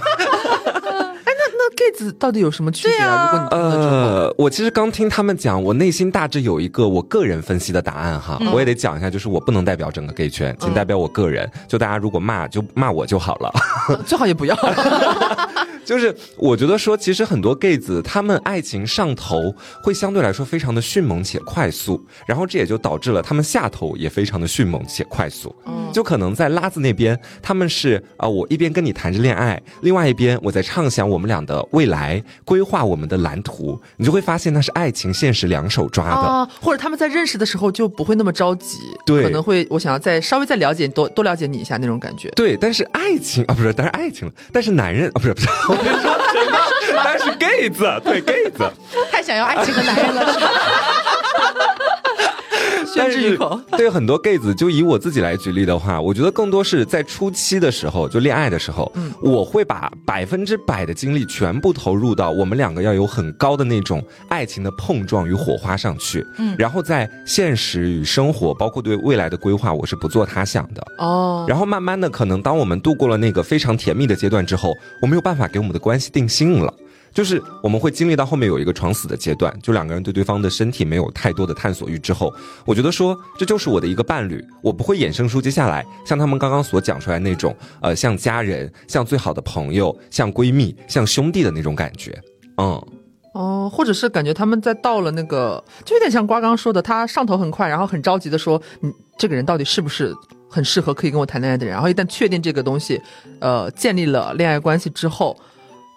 那 gay 子到底有什么区别啊？如果你听了之后呃，我其实刚听他们讲，我内心大致有一个我个人分析的答案哈，我也得讲一下，就是我不能代表整个 gay 圈，仅代表我个人。就大家如果骂就骂我就好了。最好也不要。就是我觉得说，其实很多 gay 子他们爱情上头会相对来说非常的迅猛且快速，然后这也就导致了他们下头也非常的迅猛且快速。就可能在拉子那边，他们是啊、我一边跟你谈着恋爱，另外一边我在畅想我们俩的未来，规划我们的蓝图，你就会发现那是爱情现实两手抓的。啊， 或者他们在认识的时候就不会那么着急，对可能会我想要再稍微再了解你多多了解你一下那种感觉。对，但是爱情啊，不是，但是爱情了，但是男人啊，不是，不是，我跟你说什么？但是 gay 子，对 gay 子， 太想要爱情和男人了，是吧？宣之于口。对很多 gay 子，就以我自己来举例的话，我觉得更多是在初期的时候，就恋爱的时候，我会把百分之百的精力全部投入到我们两个要有很高的那种爱情的碰撞与火花上去。嗯，然后在现实与生活，包括对未来的规划，我是不做他想的。哦，然后慢慢的，可能当我们度过了那个非常甜蜜的阶段之后，我没有办法给我们的关系定性了。就是我们会经历到后面有一个闯死的阶段，就两个人对对方的身体没有太多的探索欲之后，我觉得说这就是我的一个伴侣，我不会衍生出接下来像他们刚刚所讲出来那种，呃，像家人、像最好的朋友、像闺蜜、像兄弟的那种感觉。嗯，哦，或者是感觉他们在到了那个，就有点像瓜刚说的，他上头很快，然后很着急的说，你这个人到底是不是很适合可以跟我谈恋爱的人？然后一旦确定这个东西，呃，建立了恋爱关系之后，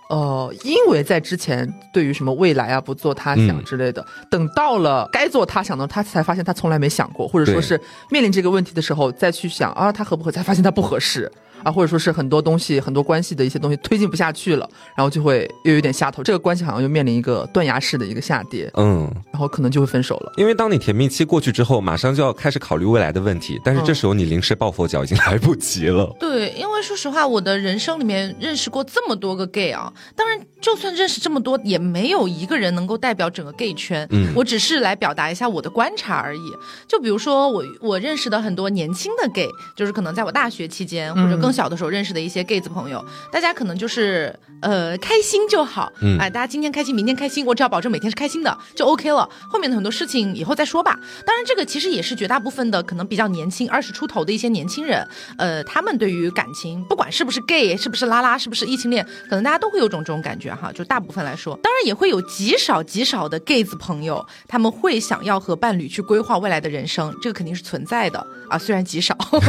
呃，因为在之前对于什么未来啊不做他想嗯之类的，等到了该做他想的，他才发现他从来没想过，或者说对是面临这个问题的时候再去想啊，他合不合，才发现他不合适。啊，或者说是很多东西、很多关系的一些东西推进不下去了，然后就会又有点下头，这个关系好像又面临一个断崖式的一个下跌，嗯，然后可能就会分手了。因为当你甜蜜期过去之后，马上就要开始考虑未来的问题，但是这时候你临时抱佛脚已经来不及了。对，因为说实话，我的人生里面认识过这么多个 gay 啊，当然，就算认识这么多，也没有一个人能够代表整个 gay 圈。嗯我只是来表达一下我的观察而已。就比如说我我认识的很多年轻的 gay，就是可能在我大学期间嗯或者更小的时候认识的一些 gay 子朋友，大家可能就是呃开心就好，嗯哎，大家今天开心，明天开心，我只要保证每天是开心的就 OK 了。后面的很多事情以后再说吧。当然，这个其实也是绝大部分的可能比较年轻，二十出头的一些年轻人，呃，他们对于感情，不管是不是 gay，是不是拉拉，是不是异性恋，可能大家都会有种这种感觉哈。就大部分来说，当然也会有极少极少的 gay 子朋友，他们会想要和伴侣去规划未来的人生，这个肯定是存在的啊，虽然极少，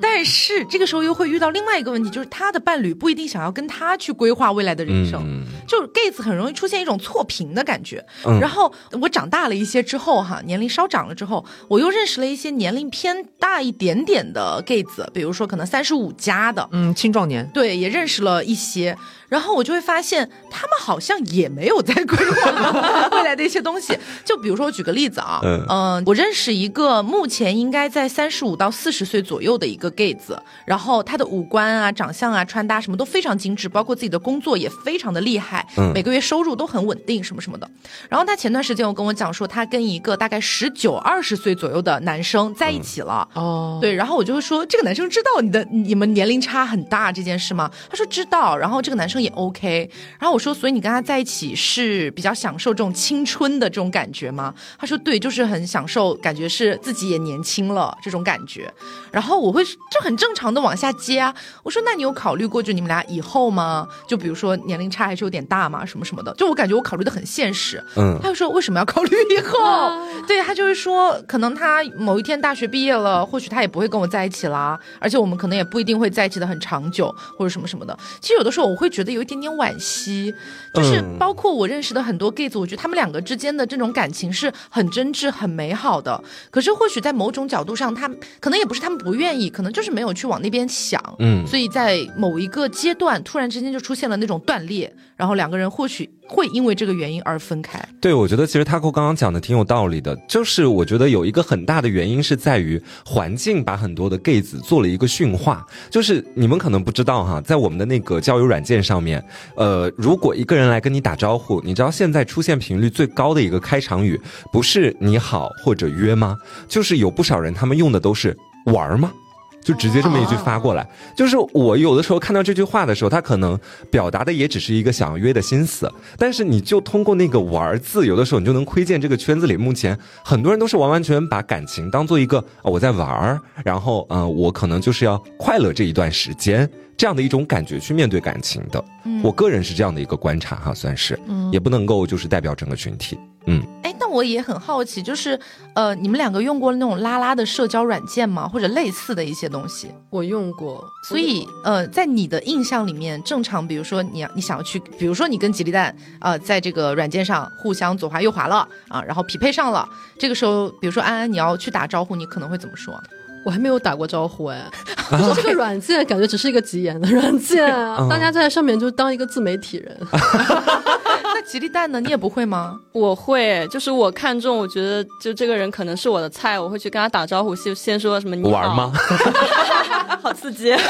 但是这个时候又会遇到另外一个问题，就是他的伴侣不一定想要跟他去规划未来的人生。嗯，就是 gay 子很容易出现一种错评的感觉。嗯然后我长大了一些之后哈，年龄稍长了之后，我又认识了一些年龄偏大一点点的 gay 子，比如说可能三十五加的。嗯，青壮年，对，也认识了一些，然后我就会发现他们好像也没有在规划未来的一些东西。就比如说，我举个例子啊，嗯嗯、我认识一个目前应该在三十五到四十岁左右的一个 gay 子，然后他的五官啊、长相啊、穿搭什么都非常精致，包括自己的工作也非常的厉害，嗯每个月收入都很稳定，什么什么的。然后他前段时间有跟我讲说，他跟一个大概十九、二十岁左右的男生在嗯一起了，哦，对，然后我就会说，这个男生知道你的你们年龄差很大这件事吗？他说知道，然后这个男生也 OK。然后我说，所以你跟他在一起是比较享受这种青春的这种感觉吗？他说对，就是很享受，感觉是自己也年轻了这种感觉。然后我会这很正常的往下接啊。我说那你有考虑过就你们俩以后吗？就比如说年龄差还是有点大嘛，什么什么的。就我感觉我考虑的很现实。嗯他就说为什么要考虑以后？对他就是说，可能他某一天大学毕业了，或许他也不会跟我在一起啦，而且我们可能也不一定会在一起的很长久，或者什么什么的。其实有的时候我会觉得有一点点惋惜，就是嗯包括我认识的很多 gay 子，我觉得他们两个之间的这种感情是很真挚、很美好的。可是或许在某种角度上，他们可能也不是他们不愿意，可能就是没有去往那边想。嗯所以在某一个阶段，突然之间就出现了那种断裂，然后两个人或许会因为这个原因而分开。对，我觉得其实 Taco 刚刚讲的挺有道理的，就是我觉得有一个很大的原因是在于环境把很多的 gay 子做了一个驯化，就是你们可能不知道哈，在我们的那个交友软件上面，呃，如果一个人来跟你打招呼，你知道现在出现频率最高的一个开场语不是你好或者约吗？就是有不少人他们用的都是玩儿吗？就直接这么一句发过来，就是我有的时候看到这句话的时候，他可能表达的也只是一个想要约的心思，但是你就通过那个“玩”字，有的时候你就能窥见这个圈子里目前很多人都是完完全全把感情当做一个、哦、我在玩儿，然后嗯、呃我可能就是要快乐这一段时间这样的一种感觉去面对感情的。我个人是这样的一个观察哈，算是，也不能够就是代表整个群体。嗯，哎，那我也很好奇，就是呃，你们两个用过那种拉拉的社交软件吗？或者类似的一些东西？我用过，所以呃，在你的印象里面，正常，比如说你你想要去，比如说你跟吉利蛋呃，在这个软件上互相左滑右滑了啊，然后匹配上了，这个时候，比如说安安你要去打招呼，你可能会怎么说？我还没有打过招呼哎，就是这个软件感觉只是一个急眼的软件 啊，大家在上面就当一个自媒体人。那吉利蛋呢？你也不会吗？我会，就是我看中，我觉得就这个人可能是我的菜，我会去跟他打招呼，就先说什么你好玩儿吗？？ 好刺激。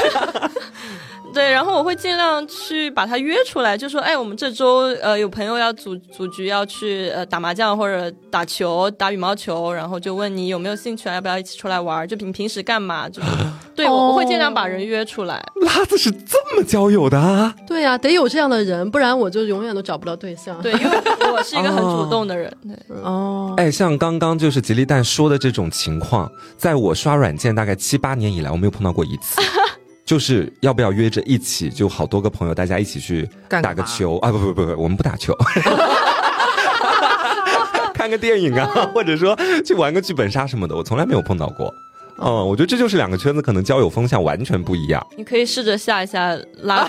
对，然后我会尽量去把他约出来，就说，哎，我们这周呃有朋友要组组局要去呃打麻将或者打球、打羽毛球，然后就问你有没有兴趣啊，要不要一起出来玩儿？就你平时干 嘛？就是对我我会尽量把人约出来。拉子是这么交友的啊？对呀、得有这样的人，不然我就永远都找不到对象。对，因为我是一个很主动的人。对，哦，哎，像刚刚就是吉利蛋说的这种情况，在我刷软件大概七八年以来，我没有碰到过一次。就是要不要约着一起，就好多个朋友，大家一起去干打个嘛球啊？不不不不，我们不打球，个电影啊，或者说去玩个剧本杀什么的，我从来没有碰到过。嗯，我觉得这就是两个圈子可能交友风向完全不一样。你可以试着下一下 拉，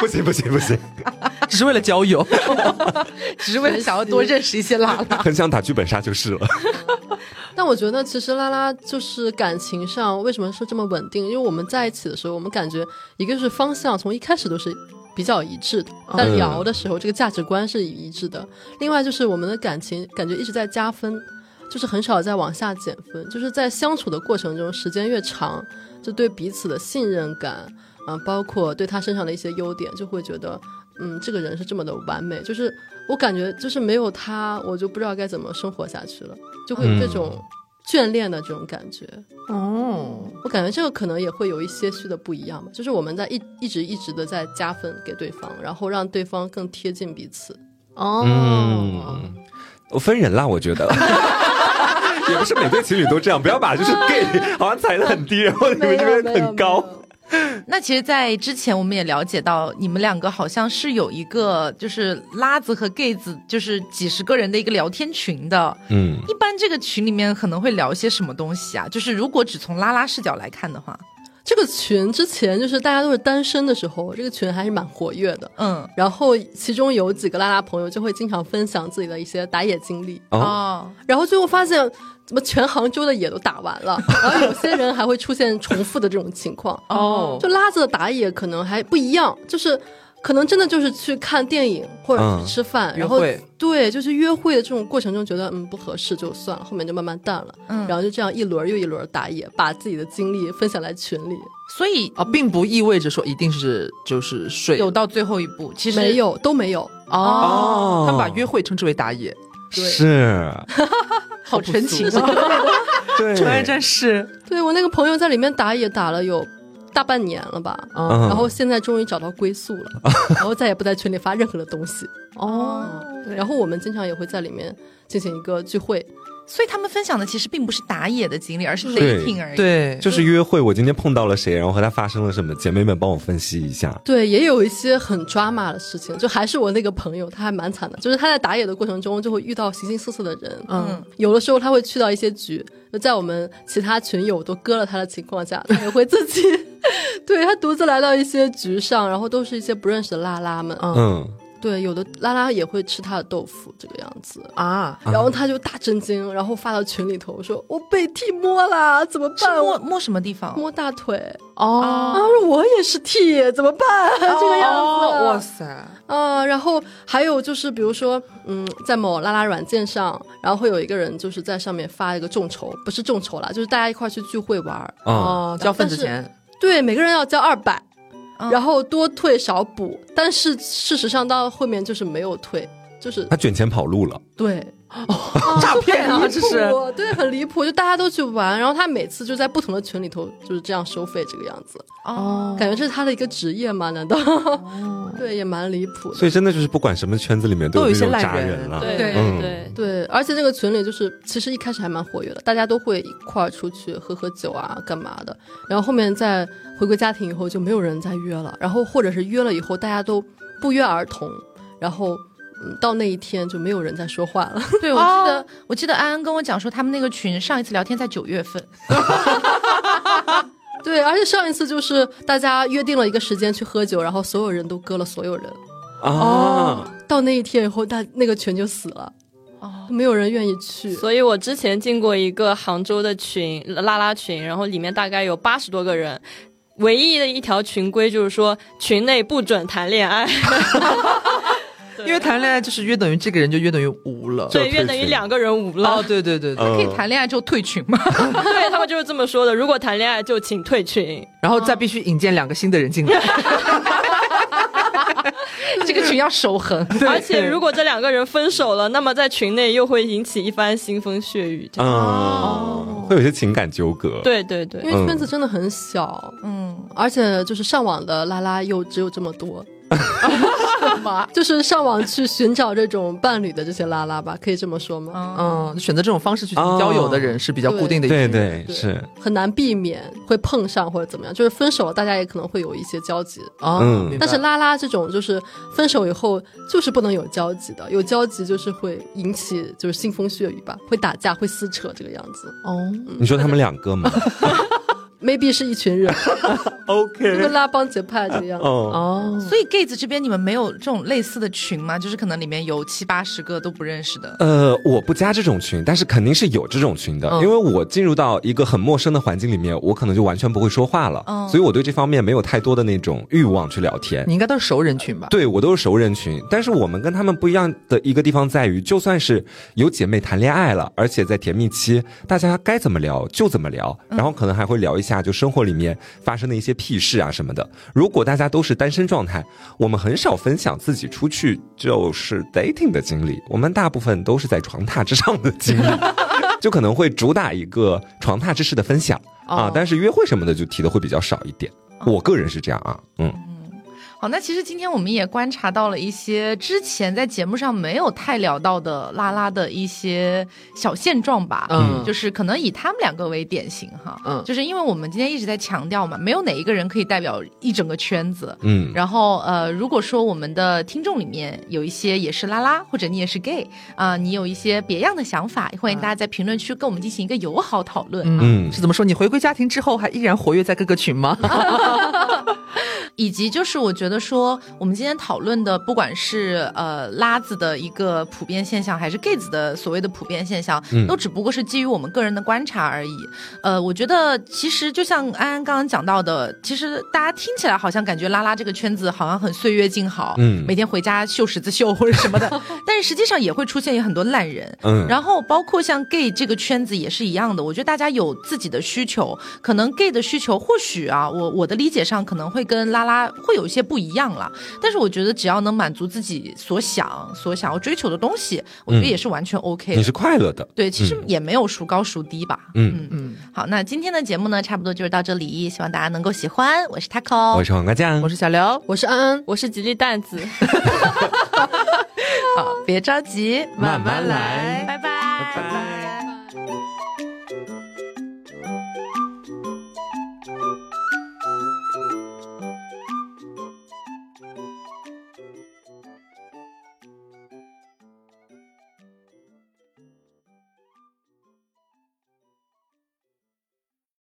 不行不行不行，只是为了交友。 只是为了想要多认识一些拉拉。很想打剧本杀就是了。但我觉得其实拉拉就是感情上为什么说这么稳定，因为我们在一起的时候，我们感觉一个是方向从一开始都是比较一致的，但聊的时候这个价值观是一致的。另外就是我们的感情感觉一直在加分，就是很少在往下减分，就是在相处的过程中，时间越长，就对彼此的信任感。啊，包括对他身上的一些优点，就会觉得，嗯，这个人是这么的完美，就是我感觉就是没有他，我就不知道该怎么生活下去了，就会有这嗯种眷恋的这种感觉。哦，我感觉这个可能也会有一些许的不一样吧，就是我们在一一直一直的在加分给对方，然后让对方更贴近彼此。哦，嗯，我分人啦，我觉得。 也不是每对情侣都这样，不要把就是 gay 好像踩得很低，然后你们没有这没边有很高没。有那其实，在之前我们也了解到，你们两个好像是有一个就是拉子和 gay 子，就是几十个人的一个聊天群的。嗯，一般这个群里面可能会聊一些什么东西啊？就是如果只从拉拉视角来看的话，这个群之前就是大家都是单身的时候，这个群还是蛮活跃的。嗯，然后其中有几个拉拉朋友就会经常分享自己的一些打野经历，哦，哦，然后最后发现，怎么全杭州的野都打完了， 然后有些人还会出现重复的这种情况。哦就拉子的打野可能还不一样，就是可能真的就是去看电影或者嗯去吃饭，约然后会对，就是约会的这种过程中觉得嗯不合适就算了，后面就慢慢淡了。嗯然后就这样一轮又一轮打野，把自己的经历分享在群里，所以 啊，并不意味着说一定是就是睡有到最后一步，其实没有都没有。哦，他们把约会称之为打野，对是，好纯情啊。对，纯爱战士对我那个朋友在里面打野打了有大半年了吧，啊嗯然后现在终于找到归宿了，然后再也不在群里发任何的东西。哦，然后我们经常也会在里面进行一个聚会，所以他们分享的其实并不是打野的经历，而是对 dating 而已。，对，就是 约会，我今天碰到了谁，然后和他发生了什么，姐妹们帮我分析一下。对，也有一些很抓马的事情，就还是我那个朋友，他还蛮惨的，就是他在打野的过程中就会遇到形形色色的人，嗯，有的时候他会去到一些局，就在我们其他群友都割了他的情况下，他也会自己， 对他独自来到一些局上，然后都是一些不认识的拉拉们，嗯嗯，对，有的拉拉也会吃他的豆腐这个样子。啊，然后他就大震惊，然后发到群里头说：“我被替摸啦，怎么是办？摸我摸什么地方？摸大腿。”哦，啊，我也是 T，怎么办？这个样哦哇子，塞，啊，然后还有就是，比如说，嗯，在某拉拉软件上，然后会有一个人就是在上面发一个众筹，不是众筹啦，就是大家一块儿去聚会玩儿，啊，哦，交份子钱，对，每个人要交二百、嗯然后多退少补，但是事实上到后面就是没有退，就是他卷钱跑路了。对，诈骗啊这是对，很离谱，就大家都去玩，然后他每次就在不同的群里头就是这样收费这个样子，哦，感觉这是他的一个职业吗？难道？ 对，也蛮离谱的。所以真的就是不管什么圈子里面都有有一这些种烂渣人人了。对对嗯对，对，而且这个群里就是，其实一开始还蛮活跃的，大家都会一块儿出去喝喝酒啊，干嘛的。然后后面在回归家庭以后，就没有人再约了。然后或者是约了以后，大家都不约而同。然后，嗯，到那一天就没有人再说话了。 对，我记哦得、我记得安安跟我讲说，他们那个群上一次聊天在九月份。对，而且上一次就是大家约定了一个时间去喝酒，然后所有人都割了所有人。哦哦啊， 到那一天以后，大那个群就死了，哦，没有人愿意去。所以我之前进过一个杭州的群，拉拉群，然后里面大概有八十多个人。唯一的一条群规就是说，群内不准谈恋爱，因为谈恋爱就是约等于这个人就约等于无了。对，就退约等于群两个人无哦，了。对对对对，可可以谈恋爱之后退群吗？对他们就是这么说的，如果谈恋爱就请退群。然后再必须引荐两个新的人进 来。这个群要守恒。而且如果这两个人分手了，那么在群内又会引起一番腥风血雨。这样嗯，会有些情感纠葛。，对对对因，为圈子真的很小，嗯，而且就是上网的拉拉又只有这么多，嘛，就是上网去寻找这种伴侣的这些拉拉吧，可以这么说吗？嗯，选择这种方式去交友的人是比较固定的一群哦对对人。对是，很难避免会碰上或者怎么样，就是分手了，大家也可能会有一些交集。啊，嗯明白但是拉拉这种就是分手以后就是不能有交集的，有交集就是会引起就是腥风血雨吧，会打架，会撕扯这个样子。哦，你说他们两个吗 maybe 是一 群人， 就跟？OK，拉帮结派这个样子。哦，哦，所以 Gates 这边你们没有这种类似的群吗？就是可能里面有七八十个都不认识的。呃，我不加这种群，但是肯定是有这种群的，嗯因为我进入到一个很陌生的环境里面，我可能就完全不会说话了，嗯所以我对这方面没有太多的那种欲望去聊天。你应该都是熟人群吧？对我都是熟人群，但是我们跟他们不一样的一个地方在于，就算是有姐妹谈恋爱了，而且在甜蜜期，大家该怎么聊就怎么聊，嗯然后可能还会聊一下就生活里面发生的一些屁事啊什么的。如果大家都是单身状态，我们很少分享自己出去就是 dating 的经历，我们大部分都是在床榻之上的经历。就可能会主打一个床榻之事的分享、啊哦，但是约会什么的就提的会比较少一点。哦我个人是这样啊，嗯，好，那其实今天我们也观察到了一些之前在节目上没有太聊到的拉拉的一些小现状吧。嗯，就是是可能以他们两个为典型哈，嗯就是因为我们今天一直在强调嘛，没有哪一个人可以代表一整个圈子。嗯，然后呃，如果说我们的听众里面有一些也是拉拉，或者你也是 gay 啊、你有一些别样的想法，欢迎大家在评论区跟我们进行一个友好讨论。嗯是怎么说？你回归家庭之后还依然活跃在各个群吗？嗯以及就是我觉得说，我们今天讨论的，不管是呃拉子的一个普遍现象，还是 gay 子的所谓的普遍现象，嗯都只不过是基于我们个人的观察而已。呃，我觉得其实就像安安刚刚讲到的，其实大家听起来好像感觉拉拉这个圈子好像很岁月静好，嗯每天回家绣十字绣或者什么 的，但是实际上也会出现有很多烂人，嗯然后包括像 gay 这个圈子也是一样的，我觉得大家有自己的需求，可能 gay 的需求或许啊，我我的理解上可能会跟拉拉会有一些不一样啦。但是我觉得只要能满足自己所想所想要追求的东西，我觉得嗯也是完全 OK 的。你是快乐的，对，其实嗯也没有孰高孰低吧。嗯嗯，好，那今天的节目呢，差不多就是到这里，希望大家能够喜欢。我是 Taco，我是黄瓜酱， 我是小刘，我是安安，我是吉利蛋子，好，别着急，慢慢来拜拜，拜拜。